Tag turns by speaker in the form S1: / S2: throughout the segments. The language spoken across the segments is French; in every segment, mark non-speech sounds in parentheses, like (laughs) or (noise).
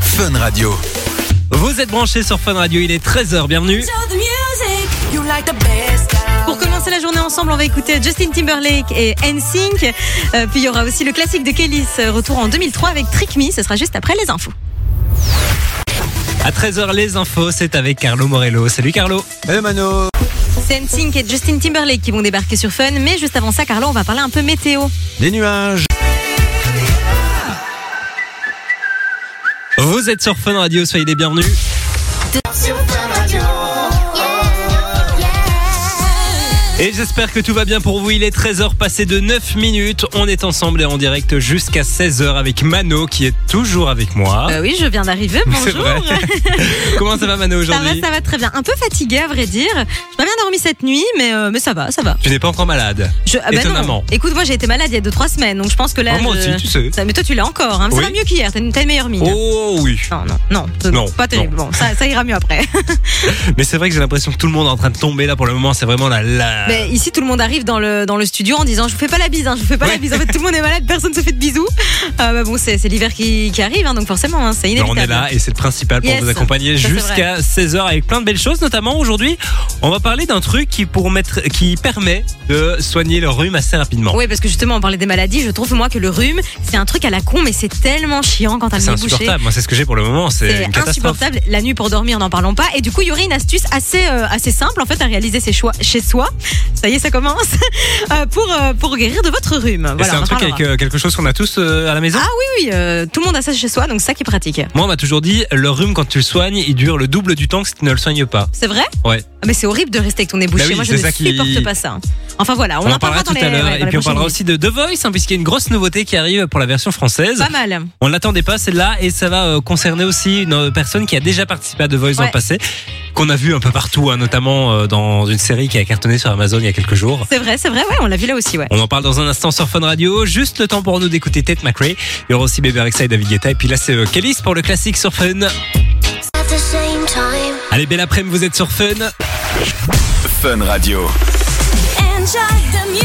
S1: Fun Radio.
S2: Vous êtes branchés sur Fun Radio, il est 13h, bienvenue.
S3: Pour commencer la journée ensemble, on va écouter Justin Timberlake et NSYNC. Euh, puis il y aura aussi le classique de Kellys, euh, retour en 2003 avec Trick Me. Ce sera juste après les infos.
S2: À 13h, les infos, c'est avec Carlo Morello. Salut Carlo.
S1: Hey Mano
S3: C'est NSYNC et Justin Timberlake qui vont débarquer sur Fun. Mais juste avant ça, Carlo, on va parler un peu météo.
S1: Des nuages
S2: Vous êtes sur Fun Radio, soyez les bienvenus. Et j'espère que tout va bien pour vous. Il est 13h passé de 9 minutes. On est ensemble et en direct jusqu'à 16h avec Mano qui est toujours avec moi.
S3: Euh, oui, je viens d'arriver.
S2: (laughs) C'est
S3: Bonjour. (laughs)
S2: vrai. Comment ça va Mano
S3: Ça va,
S2: aujourd'hui
S3: ça va très bien. Un peu fatiguée à vrai dire. Je pas bien dormi cette nuit, mais, euh, mais ça va, ça va.
S2: Tu n'es pas encore malade.
S3: Je, ah bah non.
S2: Étonnamment.
S3: Écoute, moi j'ai été malade il y a 2-3 semaines, donc je pense que là.
S2: Ah, moi
S3: Bah, je-
S2: aussi, tu sais.
S3: Ça- mais toi tu l'as encore. hein. Mais Ça
S2: Oui.
S3: va mieux qu'hier. T'as une, t'as une meilleure mine.
S2: Oh oui.
S3: Non, non, non, c'est
S2: Non,
S3: pas terrible. Bon, ça, ça ira mieux après.
S2: Mais c'est vrai que j'ai l'impression que tout le monde est en train de tomber là pour le moment. C'est vraiment la. la...
S3: Mais ici, tout le monde arrive dans le, dans le studio en disant Je vous fais pas la bise, hein, je vous fais pas la
S2: Ouais.
S3: bise. En fait, tout le monde est malade, personne se fait
S2: (laughs)
S3: de bisous. Euh, bah bon, c'est c'est l'hiver qui, qui arrive, hein, donc forcément, hein, c'est
S2: Mais on
S3: inévitable.
S2: est là et c'est le principal pour
S3: Yes.
S2: vous accompagner
S3: Ça, c'est
S2: jusqu'à 16h avec plein de belles choses. Notamment aujourd'hui, on va parler d'un truc qui, pour mettre, qui permet de soigner le rhume assez rapidement.
S3: Oui, parce que justement, on parlait des maladies. Je trouve, moi, que le rhume, c'est un truc à la con, mais c'est tellement chiant quand t'as le
S2: C'est
S3: nez bouché.
S2: insupportable. Moi, c'est ce que j'ai pour le moment. C'est
S3: C'est
S2: une catastrophe.
S3: insupportable. La nuit pour dormir, n'en parlons pas. Et du coup, il y aurait une astuce assez, euh, assez simple, en fait, à réaliser ses choix chez soi. Ça y est, ça commence. (laughs) Euh, pour, euh, pour guérir de votre rhume.
S2: Et
S3: Voilà,
S2: c'est
S3: on
S2: un
S3: en
S2: truc
S3: parlera.
S2: avec euh, quelque chose qu'on a tous euh, à la maison.
S3: Ah oui, oui, euh, tout le monde a ça chez soi, donc c'est ça qui est pratique.
S2: Moi, on m'a toujours dit le rhume, quand tu le soignes, il dure le double du temps que si tu ne le soignes pas.
S3: C'est vrai
S2: Ouais.
S3: Ah, Mais c'est horrible de rester avec ton nez bouché.
S2: Bah oui,
S3: Moi, je
S2: c'est
S3: ne
S2: ça qui-
S3: supporte pas ça. Enfin voilà, on,
S2: en parlera tout
S3: dans les,
S2: à l'heure.
S3: ouais, dans
S2: et
S3: les
S2: puis on
S3: prochaines
S2: parlera
S3: minutes.
S2: aussi de The Voice, hein, puisqu'il y a une grosse nouveauté qui arrive pour la version française.
S3: Pas mal.
S2: On ne l'attendait pas celle-là et ça va euh, concerner aussi une euh, personne qui a déjà participé à The Voice dans
S3: Ouais.
S2: le passé, qu'on a vu un peu partout, hein, notamment euh, dans une série qui a cartonné sur Amazon il y a quelques jours.
S3: C'est vrai, c'est vrai. Ouais, on l'a vu là aussi.
S2: (laughs)
S3: Ouais.
S2: On en parle dans un instant sur Fun Radio. Juste le temps pour nous d'écouter Ted McRae. Il y aura aussi Bébé Alexa et David Guetta. Et puis là, c'est euh, Kélis pour le classique sur Fun.
S4: At the same time,
S2: Allez, belle après-midi, vous êtes sur Fun.
S1: Fun Radio.
S4: enjoy the music.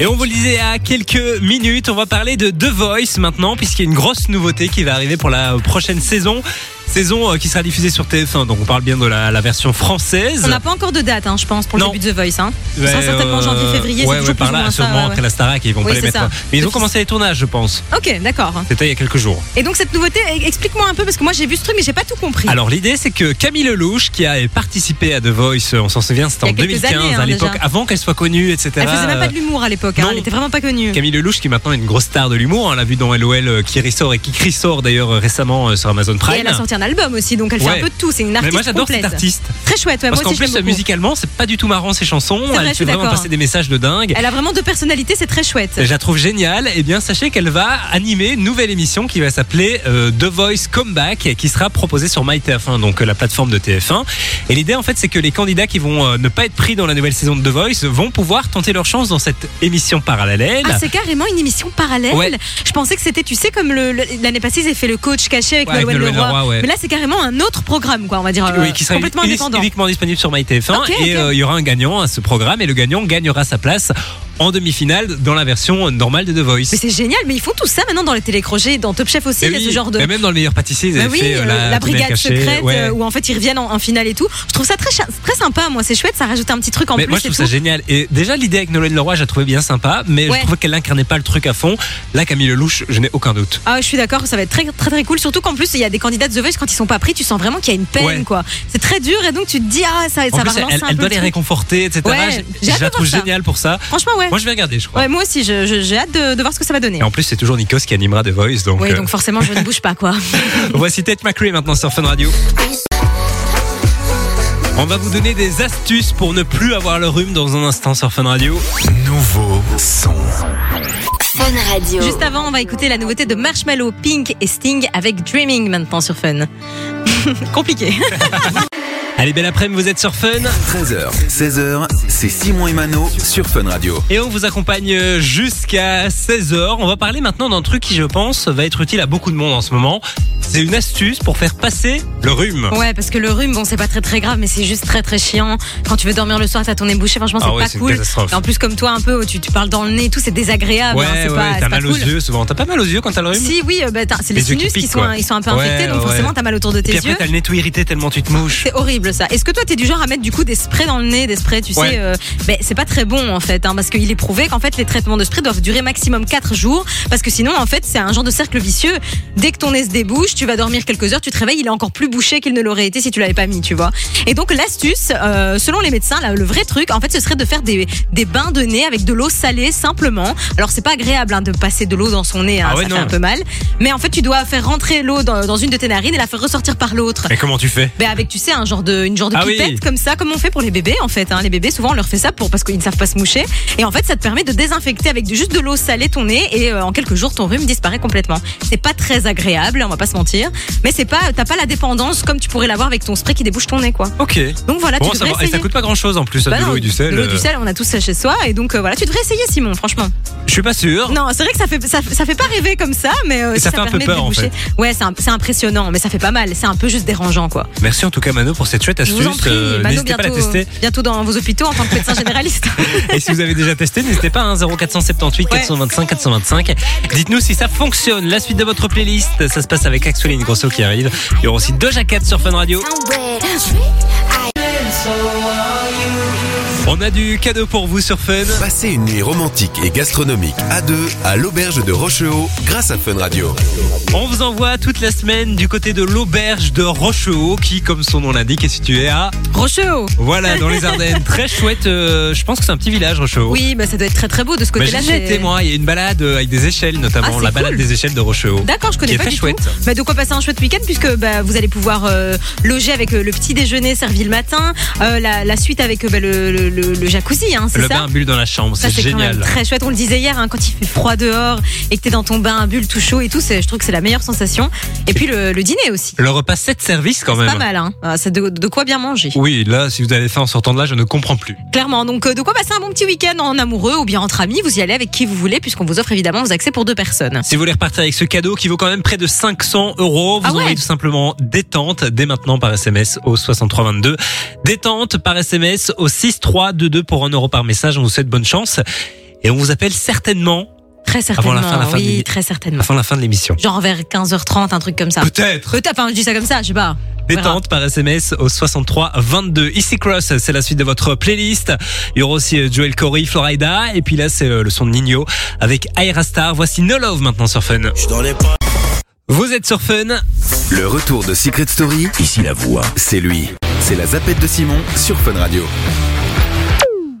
S2: Et on vous le disait à quelques minutes, on va parler de The Voice maintenant, puisqu'il y a une grosse nouveauté qui va arriver pour la prochaine saison. Saison euh, qui sera diffusée sur TF1, donc on parle bien de la, la version française.
S3: On n'a pas encore de date, hein, je pense, pour
S2: Non.
S3: le début de The Voice. Hein. Ce sera
S2: Ouais,
S3: certainement
S2: euh,
S3: janvier, février.
S2: ouais,
S3: c'est
S2: ouais,
S3: toujours
S2: par
S3: plus ou
S2: là,
S3: moins ça,
S2: sûrement
S3: ouais, ouais.
S2: après la Starac, ils vont
S3: Oui,
S2: pas les
S3: c'est
S2: mettre. hein.
S3: ça.
S2: Mais ils ont
S3: Depuis-
S2: commencé les tournages, je pense.
S3: Ok, d'accord.
S2: C'était il y a quelques jours.
S3: Et donc cette nouveauté, e- explique-moi un peu parce que moi j'ai vu ce truc mais j'ai pas tout compris.
S2: Alors l'idée, c'est que Camille Lelouch, qui a participé à The Voice, euh, on s'en souvient, c'était
S3: Il
S2: en
S3: y a quelques
S2: 2015,
S3: années, hein,
S2: à l'époque,
S3: déjà.
S2: avant qu'elle soit connue, etc.
S3: elle faisait même pas de l'humour à l'époque. hein,
S2: euh, non.
S3: elle était vraiment pas connue.
S2: Camille Lelouch, qui maintenant est une grosse star de l'humour, on l'a vu dans LOL euh, qui ressort et qui ressort d'ailleurs euh, récemment euh, sur Amazon
S3: Et
S2: Prime.
S3: elle a sorti un album aussi, donc elle
S2: Ouais.
S3: fait un peu de tout. C'est une
S2: Mais
S3: artiste
S2: moi j'adore
S3: complète.
S2: cette artiste.
S3: Très chouette. ouais,
S2: Parce
S3: moi
S2: qu'en
S3: aussi, je
S2: plus,
S3: l'aime beaucoup.
S2: musicalement, c'est pas du tout marrant ses chansons.
S3: vrai,
S2: Elle
S3: je
S2: fait
S3: suis
S2: vraiment
S3: d'accord.
S2: passer des messages de dingue.
S3: Elle a vraiment deux personnalités, c'est très chouette.
S2: Et Je la trouve géniale. Eh bien, sachez qu'elle va animer une nouvelle émission qui va s'appeler euh, The Voice Comeback et qui sera proposée sur MyTF1, donc euh, la plateforme de TF1. Et l'idée, en fait, c'est que les candidats qui vont euh, ne pas être pris dans la nouvelle saison de The Voice vont pouvoir tenter leur chance dans cette émission parallèle.
S3: Ah, c'est carrément une émission parallèle.
S2: Ouais.
S3: Je pensais que c'était, tu sais, comme le- le- l'année passée, ils avaient fait le coach caché avec
S2: Ouais, avec
S3: Nolwenn
S2: Nolwenn
S3: Leroy.
S2: Leroy, ouais.
S3: Mais là, c'est carrément un autre programme, quoi, on va dire. euh,
S2: Oui, qui sera
S3: complètement
S2: uni-
S3: indépendant.
S2: uniquement disponible sur MyTF1
S3: Ok,
S2: et
S3: ok.
S2: euh, il y aura un gagnant à ce programme et le gagnant gagnera sa place en demi-finale dans la version euh, normale de The Voice.
S3: Mais c'est génial, mais ils font tout ça maintenant dans les télécrochés, dans Top Chef aussi,
S2: Et
S3: il y a
S2: Eh oui,
S3: ce genre de.
S2: mais même dans le meilleur pâtissier, ils
S3: Bah
S2: avaient
S3: oui,
S2: fait euh,
S3: euh,
S2: la,
S3: la, brigade
S2: cachée,
S3: secrète
S2: ouais.
S3: euh, où en fait ils reviennent en, en finale et tout. Je trouve ça très, cha- très sympa, moi c'est chouette, ça rajoute un petit truc en
S2: mais
S3: plus.
S2: moi je
S3: et
S2: trouve ça
S3: tout.
S2: génial et déjà l'idée avec Nolwenn Leroy je la trouvais bien sympa mais
S3: Ouais.
S2: je trouvais qu'elle incarnait pas le truc à fond là Camille Lelouch je n'ai aucun doute
S3: Ah, je suis d'accord, ça va être très très très cool. Surtout qu'en plus, il y a des candidats de The Voice, quand ils sont pas pris, tu sens vraiment qu'il y a une peine,
S2: Ouais.
S3: quoi. C'est très dur et donc tu te dis, ah, ça,
S2: en plus
S3: ça va relancer
S2: elle,
S3: un
S2: elle
S3: peu
S2: doit
S3: le
S2: les
S3: truc.
S2: réconforter etc
S3: Ouais,
S2: je, je
S3: j'ai hâte de
S2: la
S3: voir
S2: trouve
S3: ça.
S2: géniale pour ça
S3: Franchement, ouais.
S2: moi je vais regarder je crois
S3: Ouais, moi aussi, je- je- j'ai hâte de, de voir ce que ça va donner.
S2: et en plus c'est toujours Nikos qui animera The Voice donc,
S3: Oui,
S2: euh,
S3: donc forcément, je ne bouge
S2: (laughs)
S3: pas, quoi.
S2: voici Tate McRae maintenant sur Fun Radio on va vous donner des astuces pour ne plus avoir le rhume dans un instant sur Fun Radio
S1: Nouveau son.
S4: Fun Radio.
S3: Juste avant, on va écouter la nouveauté de Marshmallow, Pink et Sting avec Dreaming maintenant sur Fun. (laughs) Compliqué.
S2: allez belle après-midi vous êtes sur Fun
S1: 13h, 16h, c'est Simon et Mano sur Fun Radio.
S2: Et on vous accompagne jusqu'à 16h. On va parler maintenant d'un truc qui, je pense, va être utile à beaucoup de monde en ce moment. c'est une astuce pour faire passer le rhume.
S3: Ouais, parce que le rhume, bon, c'est pas très très grave, mais c'est juste très très chiant. Quand tu veux dormir le soir, t'as ton nez bouché, franchement, c'est
S2: Ah ouais,
S3: pas
S2: c'est une
S3: cool.
S2: catastrophe.
S3: Et en plus, comme toi, un peu, tu, tu parles dans le nez, et tout, c'est désagréable.
S2: ouais,
S3: hein, c'est
S2: ouais,
S3: pas, c'est
S2: t'as
S3: pas
S2: mal aux
S3: cool.
S2: yeux souvent. T'as pas mal aux yeux quand t'as le rhume
S3: Si, oui, euh, bah, t'as- c'est les,
S2: Les yeux qui
S3: sinus qui,
S2: piquent,
S3: sont,
S2: quoi.
S3: ils sont un peu
S2: Ouais,
S3: infectés, donc
S2: ouais.
S3: forcément, t'as mal autour de tes
S2: Puis
S3: yeux. Ah,
S2: après, t'as le nez tout irrité tellement tu te mouches.
S3: C'est horrible ça. Est-ce que toi t'es du genre à mettre du coup des sprays dans le nez, des sprays, tu
S2: Ouais.
S3: sais, euh, ben, c'est pas très bon en fait, hein, parce qu'il est prouvé qu'en fait les traitements de spray doivent durer maximum 4 jours, parce que sinon en fait c'est un genre de cercle vicieux. Dès que ton nez se débouche, tu vas dormir quelques heures, tu te réveilles, il est encore plus bouché qu'il ne l'aurait été si tu l'avais pas mis, tu vois. Et donc l'astuce, euh, selon les médecins, là, le vrai truc, en fait, ce serait de faire des, des bains de nez avec de l'eau salée simplement. Alors c'est pas agréable hein, de passer de l'eau dans son nez, hein,
S2: Ah ouais,
S3: ça
S2: non.
S3: fait un peu mal, mais en fait tu dois faire rentrer l'eau dans, dans une de tes narines et la faire ressortir par l'autre.
S2: Mais comment tu fais
S3: Ben avec tu sais un genre de une genre de
S2: Ah oui.
S3: pipette comme ça comme on fait pour les bébés en fait hein. les bébés souvent on leur fait ça pour parce qu'ils ne savent pas se moucher et en fait ça te permet de désinfecter avec du- juste de l'eau salée ton nez et euh, en quelques jours ton rhume disparaît complètement c'est pas très agréable on va pas se mentir mais c'est pas t'as pas la dépendance comme tu pourrais l'avoir avec ton spray qui débouche ton nez quoi
S2: Ok.
S3: donc voilà
S2: bon,
S3: Ah, tu
S2: ça,
S3: devrais
S2: va. et
S3: essayer
S2: ça coûte pas grand chose en plus,
S3: Bah
S2: du
S3: non,
S2: l'eau et du sel.
S3: de l'eau et du
S2: euh,
S3: sel, on a tous ça chez soi et donc euh, voilà, tu devrais essayer Simon, franchement.
S2: Je suis pas sûr.
S3: Non, c'est vrai que ça fait ça, ça fait pas rêver comme ça, mais euh,
S2: Et
S3: si
S2: ça fait un peu
S3: permet de
S2: peur, en
S3: déboucher- Ouais, c'est un- c'est impressionnant, mais ça fait pas mal, c'est un peu juste dérangeant quoi.
S2: Merci en tout cas Mano pour cette chouette
S3: Je
S2: astuce.
S3: vous en prie,
S2: Euh,
S3: Mano,
S2: n'hésitez pas à la
S3: bientôt,
S2: tester.
S3: bientôt dans vos hôpitaux en tant que médecin généraliste.
S2: (laughs) Et si vous avez déjà testé, n'hésitez pas hein, à 0478
S3: Ouais.
S2: 425 425. Dites-nous si ça fonctionne. La suite de votre playlist, ça se passe avec Axeline Grosso qui arrive. Il y aura aussi deux jaquettes sur Fun Radio.
S4: Sound weird. I
S2: On a du cadeau pour vous sur Fun.
S5: Passez une nuit romantique et gastronomique à deux à l'auberge de Rochehaut grâce à Fun Radio.
S2: On vous envoie toute la semaine du côté de l'auberge de Rochehaut qui, comme son nom l'indique, est située à
S3: Rocheau
S2: voilà dans les
S3: (laughs)
S2: Ardennes. Très chouette. euh, je pense que c'est un petit village Rochehaut.
S3: Oui, bah ça doit être très très beau de ce
S2: Mais
S3: côté-là.
S2: Bah, j'y ai
S3: c'est-
S2: été moi. Il y a une balade euh, avec des échelles, notamment
S3: Ah, c'est
S2: la balade
S3: cool.
S2: des échelles de Rochehaut.
S3: D'accord, je
S2: Qui
S3: connais
S2: est
S3: pas
S2: très
S3: du
S2: chouette.
S3: tout. Bah, de quoi passer un chouette week-end puisque bah, vous allez pouvoir euh, loger avec euh, le petit déjeuner servi le matin, euh, la, la suite avec euh, bah, le, le- le- le jacuzzi, hein, c'est
S2: Le
S3: ça
S2: bain à bulles dans la chambre,
S3: Ça
S2: c'est
S3: c'est quand
S2: génial.
S3: même très chouette. On le disait hier, hein, quand il fait froid dehors et que t'es dans ton bain à bulles tout chaud et tout, c'est- je trouve que c'est la meilleure sensation. Et puis le, le dîner aussi,
S2: Le repas 7 services quand
S3: c'est
S2: même.
S3: pas mal. Hein. Ah, C'est de, de quoi bien manger.
S2: Oui, là, si vous avez fait en sortant de là, je ne comprends plus.
S3: Clairement, donc euh, de quoi passer un bon petit week-end en amoureux ou bien entre amis, vous y allez avec qui vous voulez puisqu'on vous offre évidemment vos accès pour deux personnes.
S2: Si vous voulez repartir avec ce cadeau qui vaut quand même près de 500 euros, vous
S3: Ah ouais
S2: envoyez tout simplement détente dès maintenant par SMS au 6322. Détente par SMS au 6322 pour 1 euro par message. On vous souhaite bonne chance. Et on vous appelle certainement
S3: Très certainement,
S2: fin, la fin
S3: oui,
S2: du-
S3: très certainement.
S2: avant la fin de l'émission.
S3: Genre vers 15h30, un truc comme ça.
S2: Peut-être.
S3: Peut-être, enfin je dis ça comme ça, je sais pas. On verra.
S2: Détente par SMS au 63 22. Ici Cross, c'est la suite de votre playlist. Il y aura aussi euh, Joel Corey, Florida. Et puis là, c'est euh, le son de Nino avec Aira Star. Voici No Love maintenant sur Fun. Vous êtes sur Fun.
S5: Le retour de Secret Story, ici la voix, c'est lui. C'est la zapette de Simon sur Fun Radio.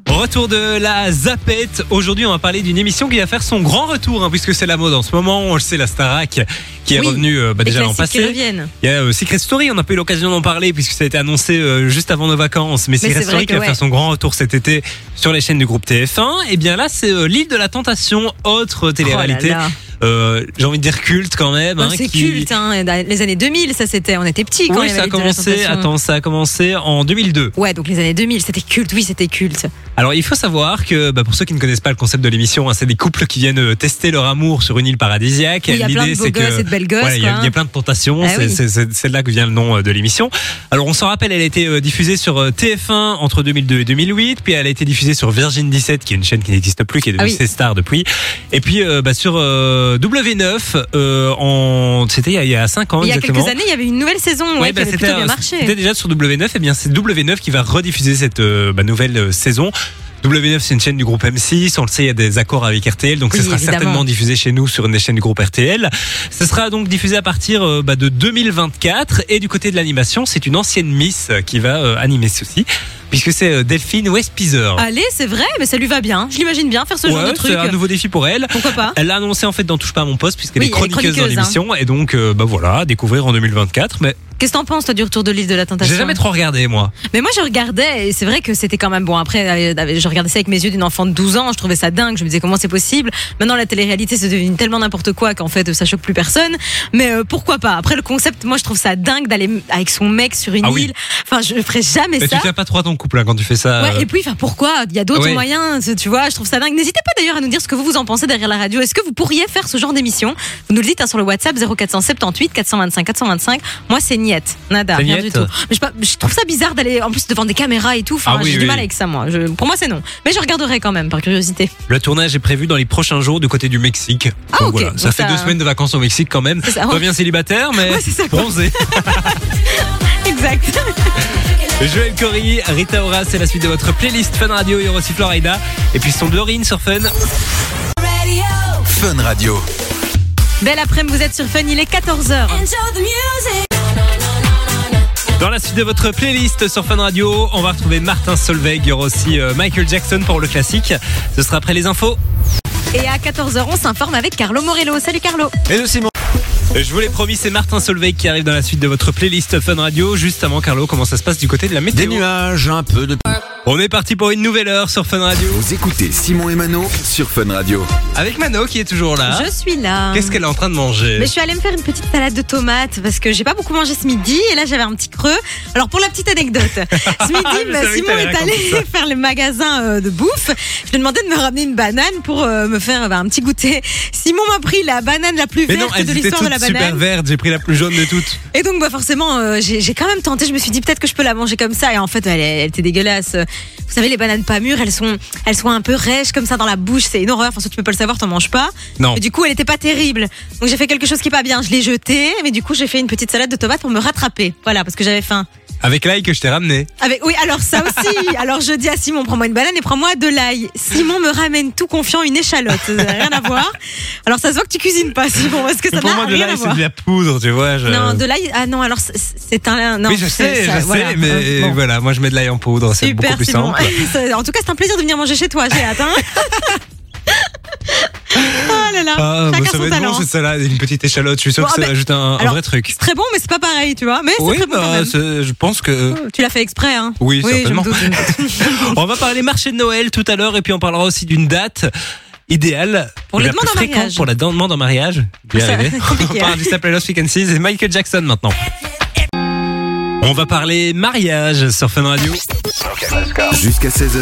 S2: Retour de la Zapette. Aujourd'hui, on va parler d'une émission qui va faire son grand retour, hein, puisque c'est la mode en ce moment. On le sait, la Starac qui est
S3: Oui.
S2: revenue euh, bah,
S3: Les
S2: déjà l'an
S3: classiques qui
S2: passé.
S3: reviennent.
S2: Il y a euh, Secret Story, on n'a pas eu l'occasion d'en parler puisque ça a été annoncé euh, juste avant nos vacances. Mais, Secret
S3: c'est vrai
S2: Story qui
S3: que
S2: va faire
S3: ouais.
S2: son grand retour cet été sur les chaînes du groupe TF1. Et bien là, c'est euh, l'île de la tentation, autre télé-réalité.
S3: Oh là là.
S2: Euh, J'ai envie de dire culte quand même.
S3: Ah,
S2: hein,
S3: c'est
S2: qui-
S3: culte, hein. les années 2000, ça c'était, on était petits quand
S2: Oui,
S3: il y
S2: ça a
S3: avait la
S2: commencé.
S3: tentation.
S2: Attends, ça a commencé en 2002.
S3: Ouais, donc les années 2000, c'était culte, oui, c'était culte.
S2: Alors il faut savoir que bah, pour ceux qui ne connaissent pas le concept de l'émission, hein, c'est des couples qui viennent euh, tester leur amour sur une île paradisiaque.
S3: Oui, il y a plein de
S2: L'idée,
S3: beaux
S2: c'est
S3: gosses
S2: que-
S3: et de belles gosses,
S2: Voilà, il y, a-
S3: quoi,
S2: il y a
S3: hein.
S2: plein de tentations.
S3: Ah
S2: c'est
S3: oui.
S2: c'est- c'est- c'est de là que vient le nom euh, de l'émission. Alors on s'en rappelle, elle a été euh, diffusée sur euh, TF1 entre 2002 et 2008, puis elle a été diffusée sur Virgin 17, qui est une chaîne qui n'existe plus, qui est
S3: Ah
S2: devenue
S3: oui.
S2: C Star depuis. Et puis euh, bah, sur euh, W9, euh, en... c'était il y a- il y a 5 ans
S3: Il y a
S2: exactement.
S3: quelques années, il y avait une nouvelle saison ouais,
S2: Ouais,
S3: qui
S2: bah,
S3: avait
S2: c'était
S3: plutôt bien
S2: c'était
S3: marché.
S2: déjà sur W9, et bien c'est W9 qui va rediffuser cette euh, bah, nouvelle euh, saison. W9, c'est une chaîne du groupe M6. On le sait, il y a des accords avec RTL, donc
S3: Oui,
S2: ce sera
S3: évidemment.
S2: certainement diffusé chez nous sur une des chaînes du groupe RTL. Ce sera donc diffusé à partir euh, bah, de 2024. Et du côté de l'animation, c'est une ancienne Miss euh, qui va euh, animer ceci, puisque c'est euh, Delphine Westpizer.
S3: Allez, c'est vrai, mais ça lui va bien. Je l'imagine bien faire Ah, ce genre de
S2: Ouais,
S3: truc.
S2: c'est un nouveau défi pour elle.
S3: Pourquoi pas
S2: Elle l'a annoncé en fait dans Touche pas à mon poste puisqu'elle
S3: Oui,
S2: est
S3: elle est hein.
S2: chroniqueuse dans
S3: chroniqueuse,
S2: l'émission et donc euh, bah voilà à découvrir en 2024 mais
S3: Qu'est-ce que t'en penses, toi, du retour de l'île de la tentation
S2: J'ai jamais trop regardé, moi.
S3: Mais moi, je regardais, et c'est vrai que c'était quand même bon. Après, euh, je regardais ça avec mes yeux d'une enfant de 12 ans, je trouvais ça dingue, je me disais comment c'est possible. Maintenant, la télé-réalité, c'est devenu tellement n'importe quoi qu'en fait, ça choque plus personne. Mais euh, pourquoi pas Après, le concept, moi, je trouve ça dingue d'aller m- avec son mec sur une
S2: Ah oui.
S3: île. Enfin, je ferais jamais
S2: Mais
S3: ça.
S2: tu tiens pas trop à ton couple là, quand tu fais ça.
S3: Ouais,
S2: euh.
S3: et puis, enfin, pourquoi Il y a d'autres
S2: ouais.
S3: moyens, tu- tu vois, je trouve ça dingue. N'hésitez pas d'ailleurs à nous dire ce que vous, vous en pensez derrière la radio. Est-ce que vous pourriez faire ce genre d'émission Vous nous le dites hein, sur le WhatsApp 0478 425 425. Moi, c'est niette. Nada,
S2: C'est
S3: rien
S2: niette
S3: du tout. Mais je, sais pas, je trouve ça bizarre d'aller en plus devant des caméras et tout. Enfin,
S2: Ah oui,
S3: j'ai du
S2: oui.
S3: mal avec ça, moi. Je- pour moi, c'est non. Mais je regarderai quand même, par curiosité.
S2: Le tournage est prévu dans les prochains jours du côté du Mexique.
S3: Ah,
S2: Donc
S3: ok.
S2: voilà, ça
S3: Donc
S2: fait
S3: ça-
S2: deux semaines de vacances au Mexique quand même.
S3: C'est ça,
S2: Pas
S3: ouais.
S2: bien célibataire, mais
S3: Ouais, c'est ça, quoi. (laughs)
S2: bronzé.
S3: Exact.
S2: Joël Cory, Rita Ora, c'est la suite de votre playlist Fun Radio. Il y aura aussi Florida. Et puis son Dorine sur Fun.
S5: Fun Radio.
S3: (laughs) Belle après-midi, vous êtes sur Fun, il est 14h.
S4: Enjoy the music.
S2: Dans la suite de votre playlist sur Fun Radio, on va retrouver Martin Solveig. Il y aura aussi euh, Michael Jackson pour le classique. Ce sera après les infos.
S3: Et à 14h, on s'informe avec Carlo Morello. Salut, Carlo.
S2: Et de Simon. Je vous l'ai promis, c'est Martin Solveig qui arrive dans la suite de votre playlist Fun Radio. Juste avant, Carlo, comment ça se passe du côté de la
S6: Des
S2: météo
S6: nuages, un peu de...
S2: On est parti pour une nouvelle heure sur Fun Radio.
S5: Vous écoutez Simon et Mano sur Fun Radio.
S2: Avec Mano qui est toujours là.
S3: Je suis là.
S2: Ah. Qu'est-ce qu'elle est en train de manger
S3: Mais je suis allée me faire une petite salade de tomates parce que j'ai pas beaucoup mangé ce midi et là j'avais un petit creux. Alors pour la
S2: (laughs)
S3: petite anecdote, ce
S2: Je savais
S3: midi
S2: que
S3: Simon
S2: t'allais
S3: est
S2: raconter
S3: allé (laughs) faire le magasin euh, de bouffe. Je lui ai demandé de me ramener une banane pour euh, me faire euh, bah, un petit goûter. Simon m'a pris la banane la plus
S2: Mais non,
S3: verte
S2: elles
S3: de
S2: étaient
S3: l'histoire de la
S2: toutes super
S3: banane.
S2: vertes. J'ai pris la plus jaune de toutes.
S3: Et donc, bah, forcément, euh, j'ai j'ai quand même tenté. Je me suis dit peut-être que je peux la manger comme ça. Et en fait, elle, elle était dégueulasse. Vous savez, les bananes pas mûres, elles sont, elles sont un peu rêches comme ça dans la bouche. C'est une horreur. Enfin, ça, tu peux pas le savoir, t'en manges pas.
S2: Non.
S3: Mais du coup, elle était pas terrible. Donc, j'ai fait quelque chose qui est pas bien. Je l'ai jetée. Mais du coup, j'ai fait une petite salade de tomates pour me rattraper. Voilà, parce que j'avais faim.
S2: Avec l'ail que je t'ai ramené.
S3: Avec, oui, alors ça
S2: (laughs)
S3: aussi. alors, je dis à Simon, prends-moi une banane et prends-moi de l'ail. Simon me ramène tout confiant une échalote. Ça n'a rien à voir. Alors, ça se voit que tu cuisines pas, Simon, parce que ça
S2: Mais pour
S3: n'a
S2: moi, de
S3: rien à
S2: l'ail, c'est
S3: voir.
S2: de la poudre, tu vois. je-
S3: Non, de l'ail. Ah non, alors c'est- c'est un. Non,
S2: Euh, oui, je
S3: c'est-
S2: sais,
S3: ça,
S2: je
S3: voilà.
S2: sais, mais
S3: Euh, bon.
S2: voilà, moi je mets de l'ail en poudre, c'est beaucoup
S3: Super,
S2: plus
S3: c'est bon. (laughs)
S2: simple.
S3: C'est- en tout cas, c'est un plaisir de venir manger chez toi,
S2: (laughs)
S3: j'ai hâte. hein. oh là là,
S2: Ah, bah,
S3: chacun
S2: ça va
S3: son
S2: être
S3: talent.
S2: bon cette salade, une petite échalote, je suis sûr
S3: Bon,
S2: que ça
S3: ah, mais-
S2: ajoute un, un
S3: alors,
S2: vrai truc.
S3: c'est très bon, mais c'est pas pareil, tu vois. Mais c'est
S2: Oui,
S3: très bon quand
S2: bah,
S3: même.
S2: c'est- je pense que.
S3: Tu l'as fait exprès, hein
S2: Oui,
S3: je me
S2: certainement.
S3: doute, je
S2: (laughs)
S3: me doute.
S2: on va parler marché de Noël tout à l'heure et puis on parlera aussi d'une date idéale
S3: Pour les
S2: la plus
S3: demandes en
S2: fréquente
S3: mariage.
S2: Pour la demande en mariage. Je vais y
S3: (laughs) Ça,
S2: arriver.
S3: c'est compliqué,
S2: On parle
S3: hein.
S2: du Staples Lost Frequencies et Michael Jackson maintenant. On va parler mariage sur Fun Radio.
S5: Jusqu'à 16h,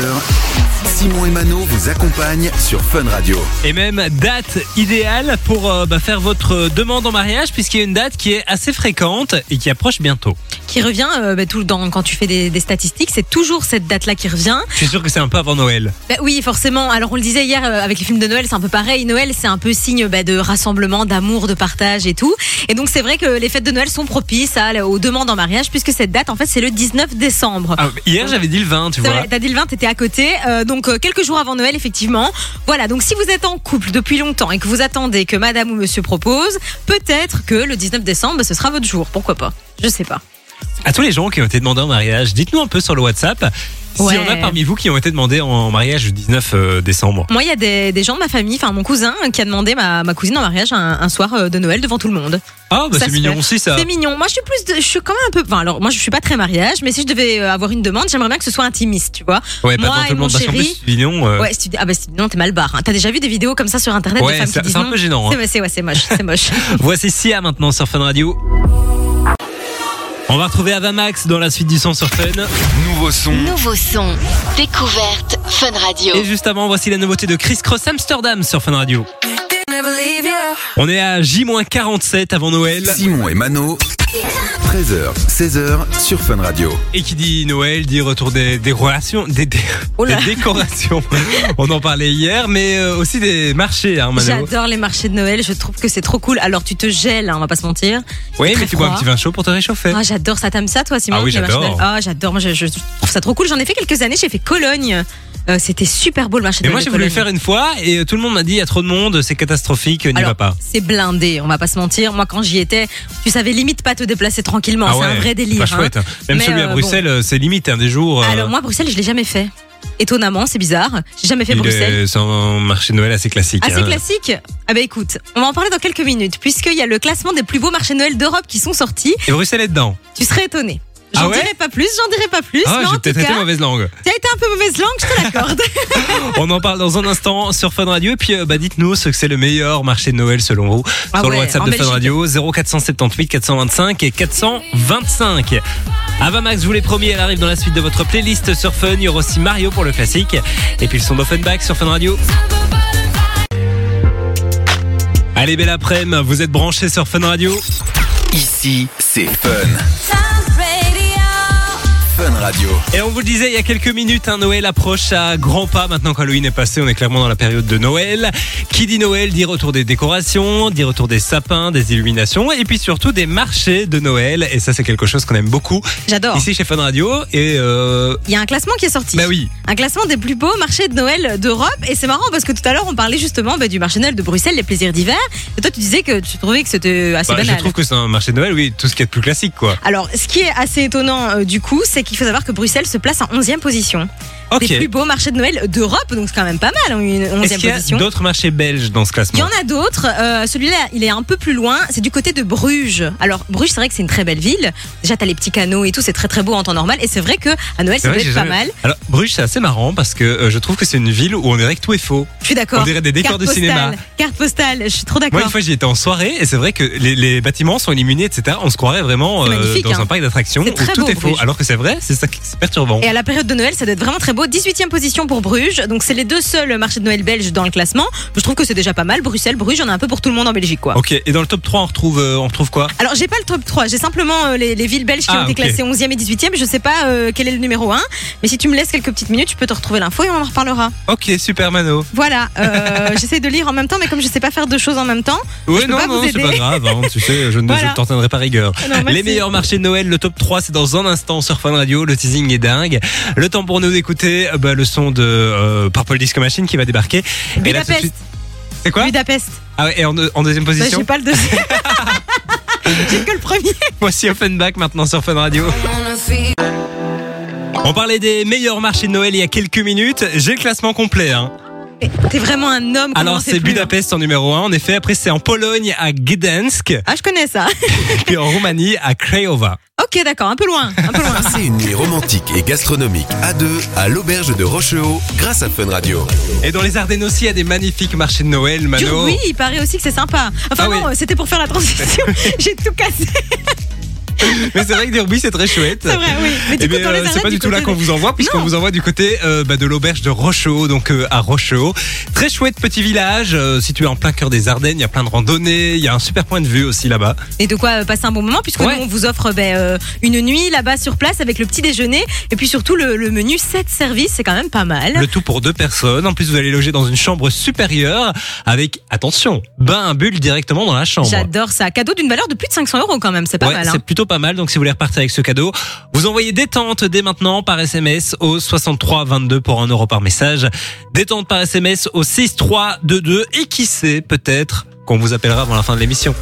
S5: Simon et Mano vous accompagnent sur Fun Radio.
S2: Et même date idéale pour euh, bah, faire votre demande en mariage, puisqu'il y a une date qui est assez fréquente et qui approche bientôt.
S3: Qui revient euh, bah, tout le temps quand tu fais des, des statistiques, c'est toujours cette date-là qui revient.
S2: Je suis sûr que c'est un peu avant Noël.
S3: Bah oui, forcément. Alors on le disait hier euh, avec les films de Noël, c'est un peu pareil. Noël, c'est un peu signe bah, de rassemblement, d'amour, de partage et tout. Et donc c'est vrai que les fêtes de Noël sont propices à- aux demandes en mariage puisque cette date, en fait, c'est le 19 décembre.
S2: Ah, hier, j'avais dit le 20, tu
S3: C'est
S2: vois.
S3: vrai, t'as dit le 20, t'étais à côté. Euh, donc, euh, quelques jours avant Noël, effectivement. Voilà, donc si vous êtes en couple depuis longtemps et que vous attendez que madame ou monsieur propose, peut-être que le 19 décembre, bah, ce sera votre jour. Pourquoi pas Je sais pas.
S2: À tous les gens qui ont été demandés en mariage, dites-nous un peu sur le WhatsApp
S3: Ouais.
S2: s'il y en a parmi vous qui ont été demandés en mariage le 19 euh, décembre.
S3: Moi, il y a des, des gens de ma famille, enfin mon cousin, qui a demandé ma, ma cousine en mariage un, un soir euh, de Noël devant tout le monde.
S2: Ah, bah
S3: Ça
S2: c'est
S3: se
S2: mignon
S3: fait.
S2: aussi ça.
S3: C'est mignon. Moi, je suis plus, de- je suis quand même un peu. Enfin, alors moi, je suis pas très mariage, mais si je devais euh, avoir une demande, j'aimerais bien que ce soit intimiste, tu vois.
S2: Ouais, bah,
S3: Moi
S2: pas
S3: et
S2: tant
S3: mon
S2: parce qu'en
S3: chéri-
S2: plus, c'est mignon. euh,
S3: Ouais, si tu dis, ah bah si tu dis non, t'es mal barre. hein. T'as déjà vu des vidéos comme ça sur internet
S2: ouais,
S3: de femmes qui
S2: c'est
S3: disent
S2: c'est un
S3: non
S2: peu gênant. hein.
S3: C'est c'est- ouais, c'est moche,
S2: (laughs)
S3: c'est moche.
S2: Voici Sia maintenant sur Fun Radio. On va retrouver Avamax dans la suite du son sur Fun.
S5: Nouveau son,
S4: Nouveau son. Découverte Fun Radio.
S2: Et juste avant, voici la nouveauté de Chris Cross Amsterdam sur Fun Radio. On est à J-47 avant Noël.
S5: Simon et Mano, 13h, 16h sur Fun Radio.
S2: Et qui dit Noël dit retour des, des relations, des, des-
S3: Oh là.
S2: des
S3: (laughs)
S2: décorations. On en parlait hier, mais euh, aussi des marchés, hein, Mano.
S3: J'adore les marchés de Noël, je trouve que c'est trop cool. Alors tu te gèles, hein, on va pas se mentir.
S2: Oui,
S3: très
S2: mais tu bois un
S3: froid.
S2: petit vin chaud pour te réchauffer.
S3: Ah, j'adore ça, t'aimes ça toi Simon
S2: Ah oui,
S3: les marchés de
S2: j'adore.
S3: Noël Ah j'adore, moi je, je trouve ça trop cool. J'en ai fait quelques années, j'ai fait Cologne. Euh, C'était super beau le marché de
S2: Mais
S3: Noël.
S2: moi,
S3: de
S2: j'ai voulu le
S3: Cologne.
S2: faire une fois et euh, tout le monde m'a dit il y a trop de monde, c'est catastrophique, n'y
S3: Alors,
S2: va pas. Ah
S3: C'est blindé, on va pas se mentir. Moi, quand j'y étais, tu savais limite pas te déplacer tranquillement.
S2: Ah
S3: c'est
S2: ouais,
S3: un vrai
S2: c'est
S3: délire.
S2: Pas
S3: hein.
S2: chouette. hein. Même
S3: Mais,
S2: celui à
S3: euh,
S2: Bruxelles, euh, c'est limite, un des jours. euh,
S3: Alors moi, Bruxelles, je l'ai jamais fait. Étonnamment, c'est bizarre. J'ai jamais fait
S2: Il
S3: Bruxelles.
S2: est- C'est un marché de Noël assez classique.
S3: Assez
S2: hein.
S3: classique Ah bah écoute, on va en parler dans quelques minutes, puisqu'il y a le classement des plus beaux marchés de Noël d'Europe qui sont sortis.
S2: Et Bruxelles est dedans.
S3: Tu serais étonné. J'en
S2: Ah ouais
S3: dirai pas plus, j'en dirai pas plus.
S2: Ah,
S3: mais en
S2: j'ai
S3: tout
S2: peut-être été
S3: cas,
S2: mauvaise langue.
S3: t'as été un peu mauvaise langue, je
S2: (laughs)
S3: te l'accorde.
S2: On en parle dans un instant sur Fun Radio. Et puis, euh, bah, dites-nous ce que c'est le meilleur marché de Noël selon vous.
S3: Ah
S2: sur le
S3: ouais,
S2: WhatsApp
S3: en
S2: de Fun
S3: Belgique.
S2: Radio 0478 425 et 425. Ava Max, je vous l'ai promis, elle arrive dans la suite de votre playlist sur Fun. Il y aura aussi Mario pour le classique. Et puis le son d'Offenbach sur Fun Radio. Allez, belle après-midi. Vous êtes branchés sur Fun Radio.
S5: Ici, c'est Fun. Fun Radio.
S2: Et on vous le disait il y a quelques minutes, un Noël approche à grands pas. Maintenant qu'Halloween est passé, on est clairement dans la période de Noël. Qui dit Noël dit retour des décorations, dit retour des sapins, des illuminations et puis surtout des marchés de Noël. Et ça, c'est quelque chose qu'on aime beaucoup
S3: J'adore.
S2: ici chez Fun Radio. Et euh...
S3: Il y a un classement qui est sorti.
S2: bah oui,
S3: Un classement des plus beaux marchés de Noël d'Europe. Et c'est marrant parce que tout à l'heure, on parlait justement bah, du marché de Noël de Bruxelles, les plaisirs d'hiver. Et toi, tu disais que tu trouvais que c'était assez
S2: Bah, je
S3: banal.
S2: trouve que c'est un marché de Noël, oui, tout ce qui est de plus classique, quoi.
S3: Alors, ce qui est assez étonnant euh, du coup, c'est qu'il faut savoir que Bruxelles se place en 11e position.
S2: Ok.
S3: Des plus beaux marchés de Noël d'Europe, donc c'est quand même pas mal, hein, une 11e
S2: Est-ce qu'il y a
S3: position.
S2: d'autres marchés belges dans ce
S3: Il y
S2: classement
S3: en a d'autres. Euh, Celui-là, il est un peu plus loin. C'est du côté de Bruges. Alors, Bruges, c'est vrai que c'est une très belle ville. Déjà, t'as les petits canaux et tout. C'est très, très beau en temps normal. Et c'est vrai que à Noël,
S2: C'est
S3: ça
S2: vrai
S3: doit
S2: que
S3: être
S2: j'ai
S3: pas
S2: jamais-
S3: mal.
S2: Alors, Bruges, c'est assez marrant parce que euh, je trouve que c'est une ville où on dirait que tout est faux.
S3: Je suis
S2: On
S3: d'accord.
S2: dirait des décors
S3: Carte
S2: de cinéma.
S3: postale, Carte postale. Je suis trop
S2: Moi,
S3: d'accord.
S2: une fois, j'y étais en soirée et c'est vrai que les, les bâtiments sont illuminés, etc. On se croirait vraiment euh,
S3: C'est magnifique,
S2: dans un
S3: hein.
S2: parc d'attractions
S3: C'est
S2: où
S3: très
S2: tout
S3: beau,
S2: est faux.
S3: Bruges.
S2: Alors que c'est vrai, c'est ça qui c'est perturbant.
S3: Et à la période de Noël, ça doit être vraiment très beau. 18e position pour Bruges. Donc, c'est les deux seuls marchés de Noël belges dans le classement. Je trouve que c'est déjà pas mal. Bruxelles, Bruges, on a un peu pour tout le monde en Belgique, quoi.
S2: Ok, et dans le top 3, on retrouve, euh, on retrouve quoi
S3: Alors, j'ai pas le top 3. J'ai simplement euh, les, les villes belges qui
S2: Ah,
S3: ont été
S2: ok.
S3: classées 11e et 18e. Je sais pas euh, quel est le numéro 1. Mais si tu me laisses quelques petites minutes, tu peux te retrouver l'info et on en reparlera.
S2: Ok, super Mano.
S3: Voilà,
S2: (laughs)
S3: euh, j'essaie de lire en même temps, mais comme je sais pas faire deux choses en même temps,
S2: Oui,
S3: peux
S2: non,
S3: pas
S2: non,
S3: vous
S2: c'est
S3: aider.
S2: pas grave. hein, tu sais, je ne
S3: Voilà.
S2: je ne t'en tiendrai pas rigueur.
S3: Ah non,
S2: Les
S3: merci.
S2: meilleurs marchés de Noël, le top 3, c'est dans un instant sur Fun Radio. Le teasing est dingue. Le temps pour nous d'écouter euh, bah, le son de euh, Purple Disco Machine qui va débarquer. Et là, tout de
S3: Budapest.
S2: suite- C'est quoi
S3: Budapest.
S2: Ah ouais, et en, deux- en deuxième
S3: Bah,
S2: position
S3: j'ai pas
S2: (laughs)
S3: le deuxième. j'ai que le premier.
S2: Voici Offenbach maintenant sur Fun Radio. On parlait des meilleurs marchés de Noël il y a quelques minutes. J'ai le classement complet. hein.
S3: Mais T'es vraiment un homme. comment on
S2: Alors
S3: sait
S2: c'est
S3: Ah, plus, hein.
S2: Budapest en numéro 1. En effet, après c'est en Pologne à Gdansk,
S3: hein. Ah, je connais ça. (laughs)
S2: puis en Roumanie à Craiova.
S3: Ok, d'accord, un peu loin. Un peu
S2: (laughs)
S3: loin.
S5: Passez une nuit romantique et gastronomique à deux à l'auberge de Rochehaut grâce à Fun Radio.
S2: Et dans les Ardennes aussi, il y a des magnifiques marchés de Noël, Mano.
S3: Oui, il paraît aussi que c'est sympa. Enfin,
S2: Ah
S3: non,
S2: oui.
S3: c'était pour faire la transition. (laughs) j'ai tout cassé.
S2: (laughs) Mais c'est vrai que Derby c'est très chouette.
S3: C'est vrai, oui. Mais du
S2: Eh
S3: coup,
S2: bien,
S3: dans les
S2: euh, c'est
S3: Ardennes,
S2: pas du
S3: du
S2: tout là
S3: côté
S2: qu'on
S3: de-
S2: vous envoie, puisqu'on
S3: Non.
S2: vous envoie du côté euh, bah, de l'auberge de Rochehaut, donc euh, à Rochehaut. Très chouette petit village, euh, situé en plein cœur des Ardennes. Il y a plein de randonnées, il y a un super point de vue aussi là-bas.
S3: Et de quoi euh, passer un bon moment, puisque
S2: Ouais.
S3: nous, on vous offre ben, euh, une nuit là-bas sur place avec le petit déjeuner. Et puis surtout, le, le menu 7 services, c'est quand même pas mal.
S2: Le tout pour deux personnes. En plus, vous allez loger dans une chambre supérieure avec, attention, bain à bulles directement dans la chambre.
S3: J'adore ça. Cadeau d'une valeur de plus de 500 euros quand même, c'est pas
S2: Ouais,
S3: mal. hein.
S2: c'est plutôt pas mal. Donc, si vous voulez repartir avec ce cadeau, vous envoyez détente dès maintenant par SMS au 63 22 pour 1 euro par message. Détente par SMS au 6322. Et qui sait, peut-être qu'on vous appellera avant la fin de l'émission.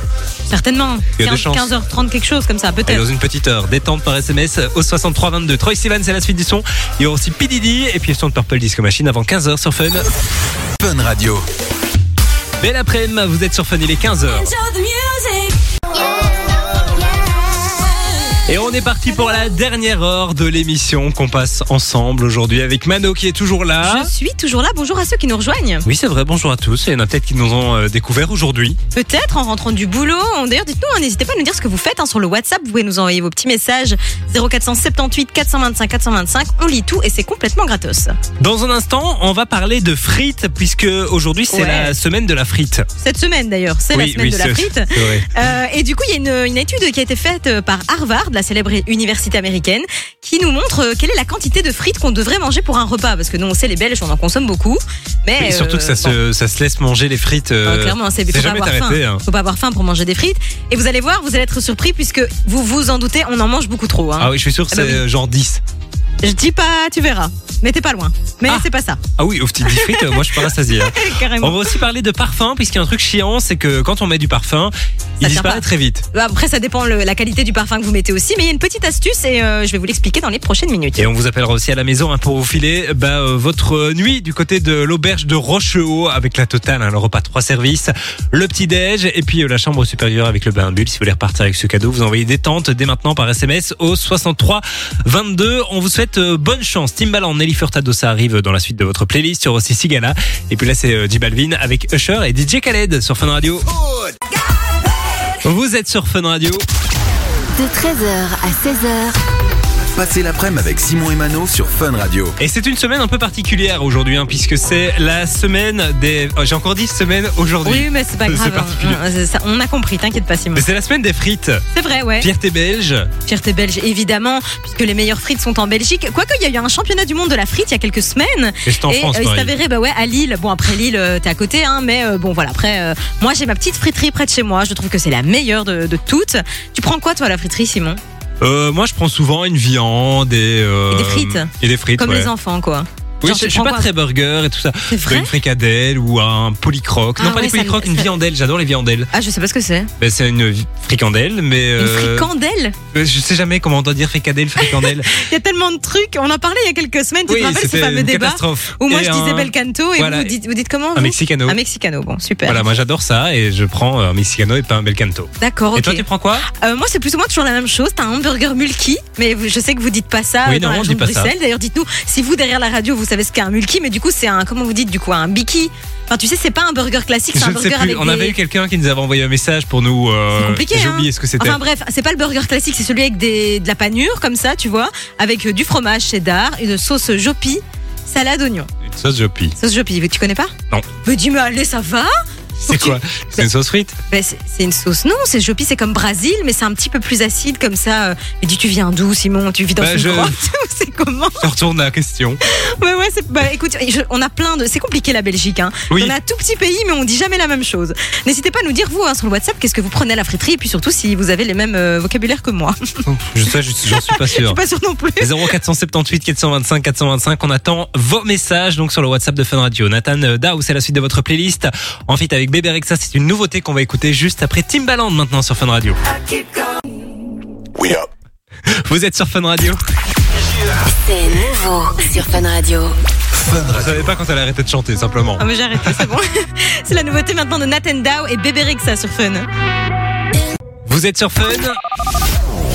S3: Certainement.
S2: Il y a des
S3: 15,
S2: chances.
S3: 15h30, quelque chose comme ça,
S2: Et
S3: peut-être.
S2: dans une petite heure, détente par SMS au 63 22. Troy Sivan, c'est la suite du son. Il y aura aussi PDD et puis le son de Purple Disco Machine avant 15h sur Fun.
S5: Fun Radio.
S2: Belle après-midi, vous êtes sur Fun, il est 15h. Et on est parti pour la dernière heure de l'émission qu'on passe ensemble aujourd'hui avec Mano qui est toujours là.
S3: Je suis toujours là. Bonjour à ceux qui nous rejoignent.
S2: Oui, c'est vrai, bonjour à tous. Il y en a peut-être qui nous ont euh, découvert aujourd'hui.
S3: Peut-être en rentrant du boulot. D'ailleurs, dites-nous, hein, n'hésitez pas à nous dire ce que vous faites hein, sur le WhatsApp. Vous pouvez nous envoyer vos petits messages 0478 425 425. On lit tout et c'est complètement gratos.
S2: Dans un instant, on va parler de frites puisque aujourd'hui c'est
S3: Ouais.
S2: la semaine de la frite.
S3: Cette semaine d'ailleurs, c'est la semaine de la
S2: c'est-
S3: frite.
S2: c'est vrai.
S3: Euh, et du coup, il y a une, une étude qui a été faite euh, par Harvard, la célèbre université américaine, qui nous montre euh, quelle est la quantité de frites qu'on devrait manger pour un repas. Parce que nous, on sait, les Belges, on en consomme beaucoup. Mais
S2: Et surtout
S3: euh,
S2: que ça,
S3: bon.
S2: se, ça se laisse manger les frites. euh,
S3: Enfin, clairement,
S2: c'est
S3: c'est faut pas
S2: jamais
S3: avoir
S2: arrêté,
S3: faim.
S2: hein.
S3: Faut pas avoir faim pour manger des frites. Et vous allez voir, vous allez être surpris puisque vous vous en doutez, on en mange beaucoup trop. hein.
S2: Ah oui, je suis sûr que
S3: Ah bah
S2: c'est euh, genre 10.
S3: Je dis pas, tu verras. Mais t'es pas loin. Mais
S2: Ah.
S3: c'est
S2: (laughs)
S3: pas ça.
S2: Ah oui, aux petites frites, moi je suis pas rassasié.
S3: (laughs)
S2: hein. On
S3: Carrément.
S2: va aussi parler de parfum, puisqu'il y a un truc chiant, c'est que quand on met du parfum, il
S3: tient
S2: disparaît
S3: pas.
S2: très vite.
S3: Bah, Après, ça dépend le- la qualité du parfum que vous mettez aussi. Mais il y a une petite astuce et euh, je vais vous l'expliquer dans les prochaines minutes.
S2: Et on vous appellera aussi à la maison hein, pour vous filer bah, euh, votre euh, nuit du côté de l'auberge de Rochehaut avec la totale, hein, le repas trois services, le petit-déj et puis euh, la chambre supérieure avec le bain à bulles. Si vous voulez repartir avec ce cadeau, vous envoyez détente dès maintenant par SMS au 63 22. On vous souhaite euh, bonne chance. Timbaland, Nelly Furtado, ça arrive dans la suite de votre playlist sur aussi Sigala. Et puis là, c'est euh, J Balvin avec Usher et DJ Khaled sur Fun Radio. Vous êtes sur Fun Radio.
S4: De 13h à 16h,
S5: Passez l'après-midi avec Simon et Mano sur Fun Radio.
S2: Et c'est une semaine un peu particulière aujourd'hui, hein, puisque c'est la semaine des. oh, J'ai encore dit semaine aujourd'hui.
S3: Oui, mais c'est
S2: (laughs)
S3: pas
S2: C'est
S3: grave.
S2: particulier.
S3: hein. C'est ça. On a compris, t'inquiète pas, Simon.
S2: Mais c'est la semaine des frites.
S3: C'est vrai, ouais.
S2: Fierté belge.
S3: Fierté belge, évidemment, puisque les meilleures frites sont en Belgique. Quoique, il y a eu un championnat du monde de la frite il y a quelques semaines.
S2: Et c'est en
S3: et
S2: France,
S3: euh, il s'est
S2: Marie.
S3: avéré, bah ouais, à Lille. Bon, après Lille, euh, t'es à côté, hein, mais euh, bon, voilà. Après, euh, moi, j'ai ma petite friterie près de chez moi. Je trouve que c'est la meilleure de, de toutes. Tu prends quoi, toi, à la friterie, Simon
S2: Euh, moi, je prends souvent une viande et. euh,
S3: Et des frites.
S2: Et des frites,
S3: Comme
S2: ouais.
S3: les enfants, quoi.
S2: Oui,
S3: Genre,
S2: je,
S3: tu
S2: je suis
S3: prends
S2: pas
S3: quoi
S2: très burger et tout ça.
S3: C'est vrai
S2: une fricadelle ou un polycroque. non,
S3: Ah
S2: pas
S3: ouais,
S2: des
S3: ça me-
S2: polycroques, une
S3: ça-
S2: viandelle. J'adore les viandelles.
S3: Ah, je sais pas ce que c'est.
S2: Ben, c'est une vi- fricandelle, mais.
S3: Une
S2: euh,
S3: fricandelle
S2: Je sais jamais comment on doit dire fricadelle,
S3: (laughs)
S2: fricandelle.
S3: Il y a tellement de trucs. On en parlait il y a quelques semaines. Tu
S2: oui,
S3: te rappelles ce
S2: c'était
S3: fameux
S2: une
S3: débat
S2: catastrophe.
S3: où moi,
S2: Et
S3: je
S2: un-
S3: disais Ah, bel canto et
S2: voilà.
S3: vous, dites, vous dites comment
S2: Un
S3: vous
S2: mexicano.
S3: Un mexicano, bon, super.
S2: Voilà, moi j'adore ça et je prends euh, un Mexicano et pas un Bel Canto.
S3: D'accord, ok.
S2: Et toi tu prends quoi
S3: Euh, moi, c'est plus ou moins toujours la même chose. T'as un hamburger mulki, mais vous- je sais que vous dites pas ça
S2: Oui,
S3: euh, dans
S2: non,
S3: la
S2: on
S3: région
S2: dit
S3: de
S2: pas ça.
S3: Bruxelles. D'ailleurs, dites-nous si vous derrière la radio vous savez ce qu'est un mulki, mais du coup, c'est un comment vous dites du coup un biki. Enfin, tu sais, c'est pas un burger classique,
S2: Je
S3: c'est un
S2: ne sais
S3: burger
S2: plus.
S3: avec
S2: On
S3: des.
S2: avait eu quelqu'un qui nous avait envoyé un message pour nous. euh,
S3: C'est compliqué,
S2: J'ai
S3: hein.
S2: oublié ce que c'était.
S3: Enfin bref, c'est pas le burger classique, c'est celui avec des, de la panure comme ça, tu vois, avec euh, du fromage cheddar, une sauce jopi, salade oignon.
S2: une sauce Jopi.
S3: Sauce jopi, tu connais pas
S2: Non.
S3: Mais dis-moi, allez, ça va
S2: C'est quoi C'est une sauce frite
S3: Ben, c'est c'est une sauce, non, c'est jopi, c'est comme Brésil, mais c'est un petit peu plus acide comme ça. euh. Mais dis, tu viens d'où, Simon Tu vis dans
S2: Ben,
S3: une
S2: je-
S3: grotte (laughs) ou C'est comment
S2: Je retourne à la question.
S3: Ouais, ouais, c'est- bah, écoute, je- on a plein de. C'est compliqué la Belgique, hein.
S2: Oui.
S3: On a un tout petit pays, mais on dit jamais la même chose. N'hésitez pas à nous dire, vous, hein, sur le WhatsApp, qu'est-ce que vous prenez à la friterie, et puis surtout si vous avez les mêmes euh, vocabulaires que moi. (laughs) Je
S2: Je sais, je- j'en suis pas
S3: (laughs)
S2: sûr.
S3: suis pas sûre non plus.
S2: 0478 425 425, on attend vos messages donc sur le WhatsApp de Fun Radio. Nathan euh, Daou, c'est la suite de votre playlist. En fit avec Bébé Rexa, c'est une nouveauté qu'on va écouter juste après Timbaland maintenant sur Fun Radio. Vous êtes sur Fun Radio
S4: c'est nouveau sur Fun Radio.
S2: Je savais pas quand elle arrêtait de chanter simplement.
S3: Ah, mais j'ai arrêté, c'est bon. (laughs) c'est la nouveauté maintenant de Nathan Dow et Bébé Rexa sur Fun.
S2: Vous êtes sur Fun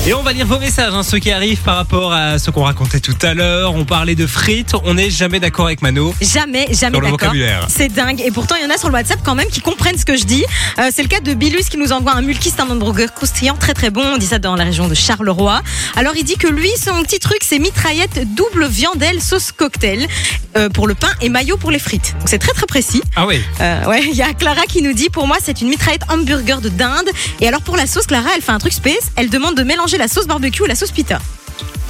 S2: et on va lire vos messages, hein, ceux qui arrivent par rapport à ce qu'on racontait tout à l'heure. On parlait de frites, on n'est jamais d'accord avec Mano.
S3: Jamais,
S2: Sur
S3: jamais
S2: le
S3: d'accord.
S2: vocabulaire.
S3: C'est dingue. Et pourtant, il y en a sur le WhatsApp quand même qui comprennent ce que je dis. Euh, c'est le cas de Bilus qui nous envoie un mulki, c'est un hamburger croustillant très très bon. On dit ça dans la région de Charleroi. Alors il dit que lui, son petit truc, c'est mitraillette double viandelle sauce cocktail euh, pour le pain et maillot pour les frites. Donc c'est très très précis.
S2: Ah oui,
S3: Euh, ouais, il y a Clara qui nous dit pour moi c'est une mitraillette hamburger de dinde. Et alors pour la sauce, Clara, elle fait un truc space. Elle demande de mélanger la sauce barbecue et la sauce pita.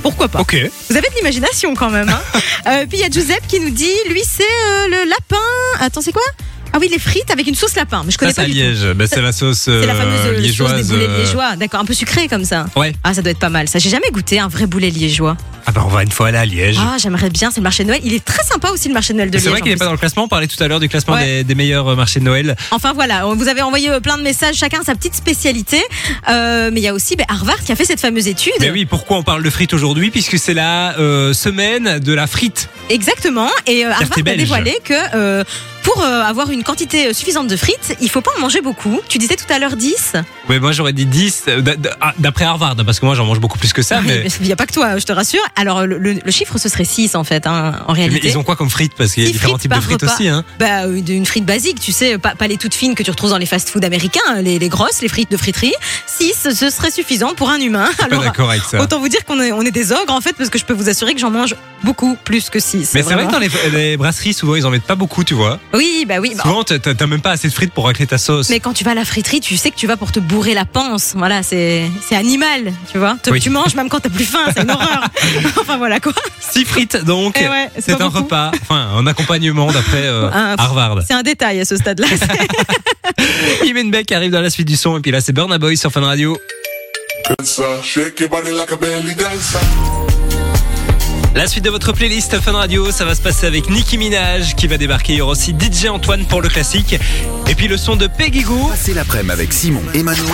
S3: Pourquoi pas
S2: ok.
S3: vous avez de l'imagination quand
S2: (laughs)
S3: même. Hein Euh, puis il y a Giuseppe qui nous dit, lui c'est euh, le lapin. Attends, c'est quoi Ah oui, les frites avec une sauce lapin. Mais je
S2: Ça,
S3: connais
S2: c'est
S3: pas
S2: à
S3: du tout.
S2: Liège. Ben, c'est la sauce
S3: C'est la
S2: euh,
S3: fameuse euh,
S2: liégeoise.
S3: sauce des boulets de
S2: euh, Oh.
S3: liégeois, d'accord, un peu sucré comme ça.
S2: Ouais.
S3: Ah, ça doit être pas mal. Ça, j'ai jamais goûté un vrai boulet liégeois.
S2: Ah ben on va une fois aller à Liège.
S3: Ah, j'aimerais bien. C'est le marché de Noël. Il est très sympa aussi le marché de Noël de
S2: C'est vrai
S3: Liège.
S2: qu'il
S3: en
S2: n'est pas
S3: plus.
S2: dans le classement. On parlait tout à l'heure du classement
S3: Ouais.
S2: des, des meilleurs euh, marchés de Noël.
S3: Enfin voilà, on vous avez envoyé euh, plein de messages, chacun sa petite spécialité. Euh, mais il y a aussi ben, Harvard qui a fait cette fameuse étude.
S2: Mais oui, pourquoi on parle de frites aujourd'hui Puisque c'est la euh, semaine de la frite.
S3: Exactement. Et euh, Harvard a
S2: belge.
S3: dévoilé que euh, pour euh, avoir une quantité euh, suffisante de frites, il faut pas en manger beaucoup. Tu disais tout à l'heure 10.
S2: Mais moi j'aurais dit 10 euh, d- d- ah, d'après Harvard, parce que moi j'en mange beaucoup plus que ça.
S3: Oui,
S2: Ah, mais,
S3: Ah, mais Il n'y a pas que toi, je te rassure. Alors le, le- le chiffre, ce serait 6 en fait, hein, en
S2: mais
S3: réalité.
S2: ils ont quoi comme frites Parce qu'il y a
S3: Six
S2: différents
S3: frites
S2: types de
S3: par
S2: frites
S3: repas.
S2: aussi. Hein.
S3: Bah, une une frite basique, tu sais, pas, pas les toutes fines que tu retrouves dans les fast-food américains, les, les grosses, les frites de friterie. 6, ce serait suffisant pour un humain.
S2: Je suis pas
S3: Alors,
S2: d'accord avec ça.
S3: autant vous dire qu'on est, on est des ogres en fait, parce que je peux vous assurer que j'en mange beaucoup plus que 6.
S2: Mais c'est vrai que dans les, les brasseries, souvent ils en mettent pas beaucoup, tu vois.
S3: Oui, bah oui. bah,
S2: Souvent t'as- t'as t'as même pas assez de frites pour racler ta sauce.
S3: Mais quand tu vas à la friterie, tu sais que tu vas pour te bourrer la panse. Voilà, c'est c'est animal, tu vois. Te-
S2: Oui.
S3: Tu manges même quand t'as plus faim, c'est une horreur. enfin voilà quoi.
S2: 6 frites donc.
S3: Eh ouais,
S2: C'est
S3: pas
S2: un
S3: beaucoup.
S2: repas, enfin un accompagnement d'après (laughs) euh,
S3: Un-
S2: Harvard.
S3: C'est un détail à ce stade-là. C'est-
S2: Imen Beck arrive dans la suite du son et puis là c'est Burna Boy sur Fun Radio.
S6: Shake your body like a belly dancer.
S2: La suite de votre playlist Fun Radio, ça va se passer avec Nicki Minaj qui va débarquer. Il y aura aussi DJ Antoine pour le classique. Et puis le son de Peggy Goo.
S5: Passez l'après-midi avec Simon et Mano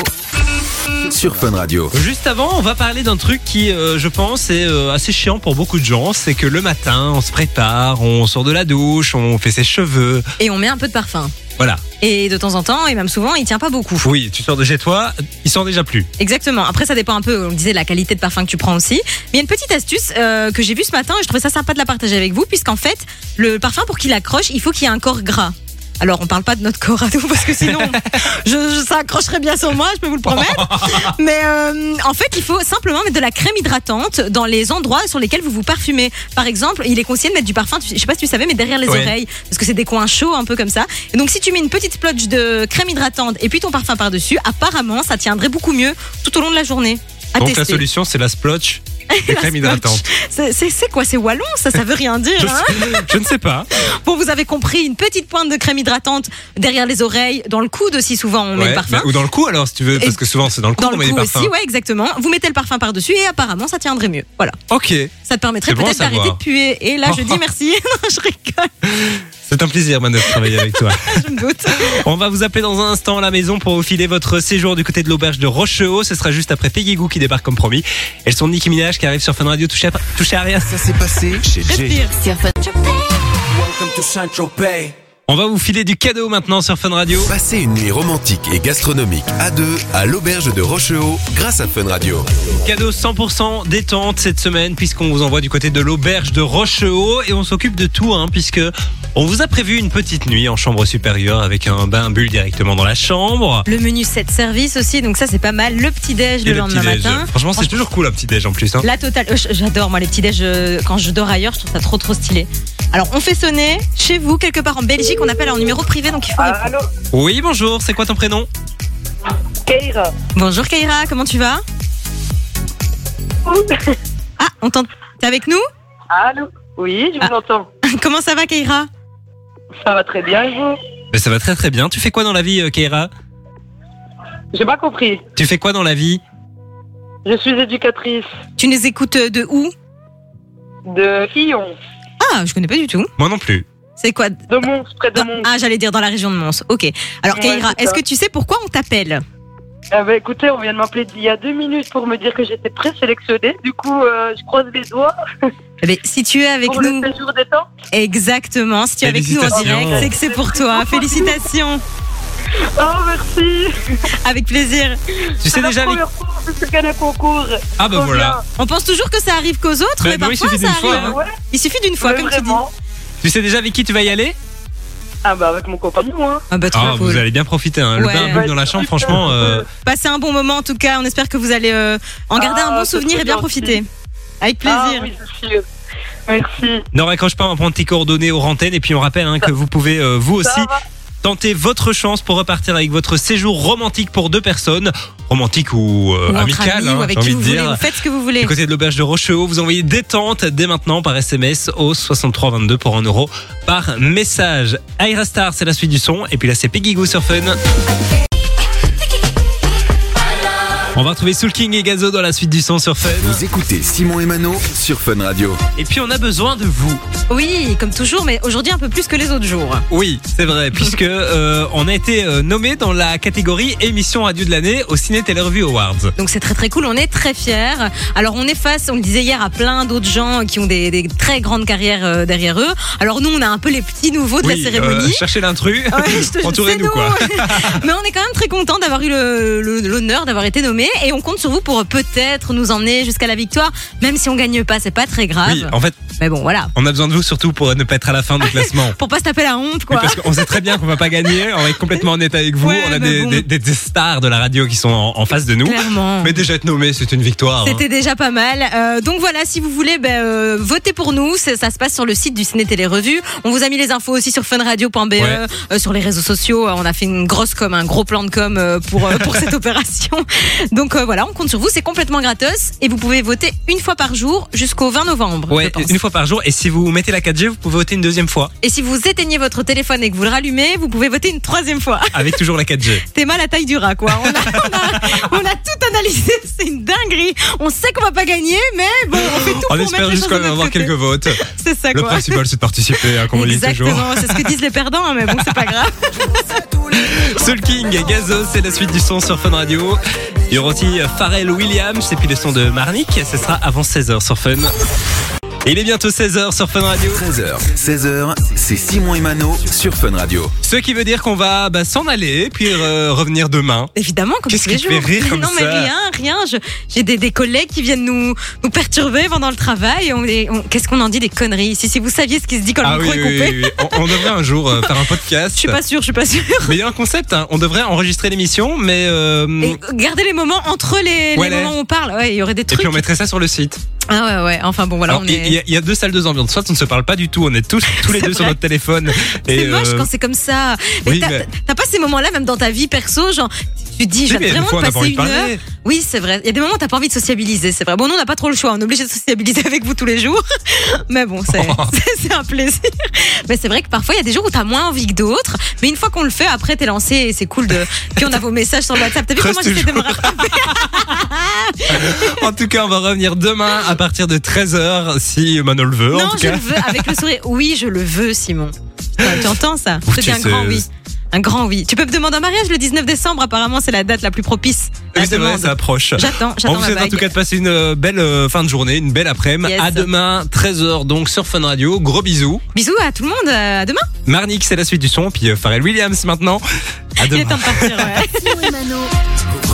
S5: sur Fun Radio.
S2: Juste avant, on va parler d'un truc qui, euh, je pense, est euh, assez chiant pour beaucoup de gens. C'est que le matin, on se prépare, on sort de la douche, on fait ses cheveux.
S3: Et on met un peu de parfum.
S2: Voilà.
S3: Et de temps en temps, et même souvent, il tient pas beaucoup.
S2: Oui, tu sors de chez toi, il sort déjà plus.
S3: Exactement. Après, ça dépend un peu, on le disait, de la qualité de parfum que tu prends aussi. Mais il y a une petite astuce euh, que j'ai vue ce matin et je trouvais ça sympa de la partager avec vous, puisqu'en fait, le parfum, pour qu'il accroche, il faut qu'il y ait un corps gras. Alors, on parle pas de notre corps à nous parce
S2: (laughs)
S3: que sinon, je, je- ça accrocherait bien sur moi, je peux vous le promettre. Mais euh, en fait, il faut simplement mettre de la crème hydratante dans les endroits sur lesquels vous vous parfumez. Par exemple, il est conseillé de mettre du parfum, tu- je sais pas si tu savais, mais derrière les
S2: Ouais.
S3: oreilles, parce que c'est des coins chauds un peu comme ça. Et donc, si tu mets une petite plodge de crème hydratante et puis ton parfum par-dessus, apparemment, ça tiendrait beaucoup mieux tout au long de la journée. À
S2: Donc la
S3: tester.
S2: solution, c'est la
S3: (laughs)
S2: splotch des crèmes hydratantes.
S3: C'est- C'est c'est quoi, c'est wallon Ça, ça veut rien dire.
S2: Je,
S3: hein
S2: je ne sais pas.
S3: Bon, vous avez compris, une petite pointe de crème hydratante derrière les oreilles, (laughs) dans le coude aussi souvent on met
S2: Ouais,
S3: le parfum.
S2: bah, ou dans le cou alors, si tu veux, parce
S3: Et-
S2: que souvent c'est dans le cou
S3: dans
S2: qu'on
S3: le
S2: met des
S3: cou
S2: parfums.
S3: aussi, ouais, exactement. Vous mettez le parfum par-dessus et apparemment ça tiendrait mieux. Voilà.
S2: Ok,
S3: Ça te permettrait
S2: C'est bon à
S3: peut-être d'arrêter de
S2: savoir.
S3: puer. Et là,
S2: (laughs)
S3: je dis merci. (laughs) Non, je rigole,
S2: c'est un plaisir, Manu, de travailler avec
S3: (laughs)
S2: toi.
S3: je me doute.
S2: On va vous appeler dans un instant à la maison pour vous filer votre séjour du côté de l'auberge de Rochehaut. Ce sera juste après Peggy Goo qui débarque comme promis. Elles sont Nicki Minaj qui arrive sur Fun Radio. Touchez à, touchez à rien.
S5: Ça s'est passé chez Jay.
S3: Respire.
S4: Sur Fun,
S2: On va vous filer du cadeau maintenant sur Fun Radio.
S5: Passez une nuit romantique et gastronomique à deux à l'auberge de Rochehaut grâce à Fun Radio.
S2: Cadeau 100% détente cette semaine puisqu'on vous envoie du côté de l'auberge de Rochehaut et on s'occupe de tout hein, puisque on vous a prévu une petite nuit en chambre supérieure avec un bain bulle directement dans la chambre.
S3: Le menu 7 services aussi, donc ça c'est pas mal. Le petit déj le,
S2: Et le
S3: lendemain
S2: petit-déj.
S3: matin.
S2: Franchement, c'est toujours cool un petit déj en plus. hein.
S3: La totale. euh, j- J'adore moi les petits déj euh, quand je dors ailleurs, je trouve ça trop trop stylé. Alors on fait sonner chez vous quelque part en Belgique, on appelle en numéro privé donc il
S6: Ah.
S3: faut. répondre.
S6: Allô,
S2: Oui, bonjour, c'est quoi ton prénom
S6: Keira
S3: Bonjour Kaira, comment tu vas Ah, on t'entend. T'es avec nous
S6: Allô Oui,
S3: Ah.
S6: je vous entends.
S3: Comment ça va Kaira
S6: Ça va très bien, et vous
S2: Mais Ben, ça va très très bien. Tu fais quoi dans la vie, euh, Keira
S6: J'ai pas compris.
S2: Tu fais quoi dans la vie
S6: Je suis éducatrice
S3: Tu nous écoutes euh, de où
S6: de Quillon,
S3: Ah, je connais pas du tout.
S2: Moi non plus.
S3: C'est quoi
S6: de Mons, près de
S3: Dans-
S6: Mons.
S3: Ah, j'allais dire dans la région de Mons. Ok. Alors,
S6: Ouais,
S3: Keira,
S6: c'est
S3: est-ce
S6: ça.
S3: que tu sais pourquoi on t'appelle
S6: Ah bah, écoutez, on vient de m'appeler il y a deux minutes pour me dire que j'étais présélectionnée. Du coup, euh, je croise les doigts
S3: Eh bien, Si tu es avec
S6: pour
S3: nous,
S6: le séjour des temps.
S3: exactement. Si tu es avec nous en
S2: Félicitations.
S3: direct, c'est que c'est
S2: (laughs)
S3: pour toi. Félicitations.
S6: Oh, merci
S3: Avec plaisir.
S2: Tu sais
S6: la
S2: déjà les...
S6: première fois que je gagne un concours.
S2: Ah bah
S6: Trop
S2: voilà.
S3: On pense toujours que ça arrive qu'aux autres,
S2: Bah
S3: mais
S2: non, il
S3: parfois
S2: suffit
S3: ça
S2: d'une fois,
S3: arrive.
S6: bien.
S2: hein.
S6: Ouais,
S3: Il suffit d'une fois,
S6: mais
S3: comme tu dis.
S6: vraiment.
S2: Tu sais déjà avec qui tu vas y aller
S6: Ah bah avec mon compagnon, hein.
S3: Ah bah trop
S2: Ah,
S3: cool.
S2: vous allez bien profiter. hein. Le
S3: Ouais.
S2: bain à bulles dans la chambre,
S6: Super.
S2: franchement. euh,
S3: Passez un bon moment en tout cas. On espère que vous allez euh, en garder
S6: Ah,
S3: un bon
S6: c'est
S3: souvenir
S6: trop
S3: et bien
S6: gentil.
S3: profiter. Avec
S6: Ah
S3: plaisir.
S6: oui, c'est sûr. Merci.
S2: Ne raccroche pas, on prend tes coordonnées aux antennes et puis on rappelle hein, que vous pouvez euh, vous
S6: Ça
S2: aussi
S6: va
S2: tenter votre chance pour repartir avec votre séjour romantique pour deux personnes, romantique ou, euh,
S3: Ou entre
S2: amical,
S3: amis,
S2: hein,
S3: ou avec
S2: j'ai envie
S3: qui vous
S2: de
S3: voulez. Vous
S2: dire.
S3: faites ce que vous voulez.
S2: Du côté de l'auberge de Rochehaut, vous envoyez détente dès maintenant par SMS au 6322 pour 1 euro par message. Airastar, c'est la suite du son. Et puis là, c'est Peggy Goo sur Fun. On va retrouver Soul King et Gazo dans la suite du son sur Fun.
S5: Vous écoutez Simon et Mano sur Fun Radio.
S2: Et puis on a besoin de vous.
S3: Oui, comme toujours, mais aujourd'hui un peu plus que les autres jours.
S2: Oui, c'est vrai, puisque euh, on a été euh, nommé dans la catégorie émission radio de l'année au Ciné Revue Awards.
S3: Donc c'est très très cool, on est très fiers. Alors on est face, on le disait hier, à plein d'autres gens qui ont des, des très grandes carrières euh, derrière eux. Alors nous, on a un peu les petits nouveaux de
S2: euh,
S3: la cérémonie. Ah
S2: cherchez l'intrus.
S3: Ouais, je te-
S2: Entourez-nous,
S3: c'est hein.
S2: quoi.
S3: (laughs) Mais on est quand même très content d'avoir eu le- le- l'honneur d'avoir été nommé et on compte sur vous pour euh, peut-être nous emmener jusqu'à la victoire, même si on gagne pas, c'est pas très grave.
S2: Oui, en fait,
S3: Mais bon, voilà.
S2: on a besoin de vous surtout pour ne pas être à la fin du classement.
S3: Pour pas se taper la honte,
S2: Oui,
S3: (laughs) quoi.
S2: parce qu'on sait très bien qu'on va pas gagner, on va être complètement honnête avec vous,
S3: Ouais,
S2: on a
S3: bah
S2: des,
S3: bon.
S2: des- des- des stars de la radio qui sont en, en face de nous.
S3: Clairement.
S2: Mais déjà être nommé, c'est une victoire. hein.
S3: C'était déjà pas mal. Euh, donc voilà, si vous voulez, ben, euh, votez pour nous. C'est- Ça se passe sur le site du Ciné Télé Revue. On vous a mis les infos aussi sur funradio.be,
S2: Ouais. (laughs)
S3: euh, sur les réseaux sociaux. Euh, On a fait une grosse com, un gros plan de com euh, pour euh, pour cette opération. Donc euh, voilà, on compte sur vous. C'est complètement gratos et vous pouvez voter une fois par jour jusqu'au 20 novembre. je
S2: Ouais,
S3: pense.
S2: une fois par jour. Et si vous mettez la 4G, vous pouvez voter une deuxième fois.
S3: Et si vous éteignez votre téléphone et que vous le rallumez, vous pouvez voter une troisième fois. (laughs)
S2: Avec toujours la 4G.
S3: T'es mal à taille du rat, quoi. On a, on a- on a tout analysé. (laughs) C'est une dinguerie. On sait qu'on va pas gagner, mais bon, on fait tout
S2: On
S3: pour mettre
S2: espère
S3: les
S2: juste
S3: choses
S2: quand
S3: de
S2: même
S3: notre
S2: avoir
S3: côté.
S2: quelques
S3: (laughs)
S2: votes.
S3: C'est ça,
S2: Le
S3: quoi.
S2: principal, c'est de participer, hein, comme on le dit toujours.
S3: Exactement, c'est ce que disent les perdants, hein, mais bon, c'est
S2: (laughs)
S3: pas grave.
S2: Soul King et Gazo, c'est la suite du son sur Fun Radio. Il y aura aussi Pharrell Williams et puis le son de Marnik. Ce sera avant 16h sur Fun. Et il est bientôt 16h sur Fun Radio.
S5: 13h, 16h, c'est Simon et Mano sur Fun Radio.
S2: Ce qui veut dire qu'on va bah, s'en aller puis euh, revenir demain.
S3: Évidemment, comme
S2: Qu'est-ce
S3: tous les
S2: qui te fait
S3: jours.
S2: rire
S3: Mais
S2: comme
S3: non, mais
S2: ça
S3: rien, rien. Je- J'ai des, des collègues qui viennent nous, nous perturber pendant le travail. On, est- on- Qu'est-ce qu'on en dit des conneries ici Si vous saviez ce qui se dit quand
S2: Ah
S3: le micro est coupé.
S2: On, on devrait un jour euh, faire un podcast.
S3: (laughs) Je suis pas sûre, je suis pas sûre.
S2: Mais il y a un concept, hein. on devrait enregistrer l'émission, mais euh,
S3: Et gardez les moments entre les, les
S2: Ouais,
S3: moments où on parle. Ouais, il y aurait des
S2: et
S3: trucs.
S2: puis on mettrait ça sur le site.
S3: Ah ouais, ouais. Enfin bon, voilà.
S2: Alors,
S3: on
S2: il
S3: est-
S2: y, a- il y a deux salles, deux ambiances. Soit on ne se parle pas du tout, on est tous
S3: (laughs)
S2: tous les
S3: C'est
S2: deux sur
S3: vrai.
S2: notre téléphone.
S3: C'est
S2: Et,
S3: moche
S2: euh,
S3: quand c'est comme ça. Mais
S2: oui,
S3: t'as
S2: mais-
S3: t'as pas ces moments-là, même dans ta vie perso, genre, tu te dis,
S2: oui,
S3: je
S2: mais
S3: vais
S2: des
S3: vraiment
S2: fois, on n'a
S3: te
S2: pas envie
S3: passer
S2: de
S3: une heure.
S2: parler.
S3: Oui, c'est vrai. Il y a des moments où t'as pas envie de sociabiliser, c'est vrai. Bon, nous, on n'a pas trop le choix. On est obligé de sociabiliser avec vous tous les jours. (laughs) Mais bon, c'est
S2: Oh.
S3: (laughs) c'est- c'est un plaisir. Mais c'est vrai que parfois, il y a des jours où t'as moins envie que d'autres. Mais une fois qu'on le fait, après, t'es lancé et c'est cool de. Puis on a vos messages sur le WhatsApp. T'as vu
S2: Creuse
S3: comment j'essaie de me rattraper
S2: En tout cas, on va revenir demain à partir de 13h, si Manon le veut. en
S3: Non,
S2: tout
S3: je
S2: cas.
S3: le veux. Avec le sourire. Oui, je le veux, Simon. Putain, tu entends ça Je te dis un grand oui. Un grand oui. Tu peux me demander en mariage le 19 décembre, apparemment, c'est la date la plus propice. à
S2: Oui,
S3: la
S2: c'est vrai,
S3: demande.
S2: ça approche.
S3: J'attends,
S2: On
S3: j'attends
S2: vous
S3: ma
S2: souhaite en
S3: bague.
S2: tout cas de passer une euh, belle euh, fin de journée, une belle après-midi.
S3: Yes.
S2: À demain, 13h donc sur Fun Radio. Gros bisous.
S3: Bisous à tout le monde, euh, à demain.
S2: Marnik, c'est la suite du son. Puis euh, Pharrell Williams maintenant. À
S3: Il est
S2: demain.
S3: temps de partir, ouais.
S4: Simon et Mano.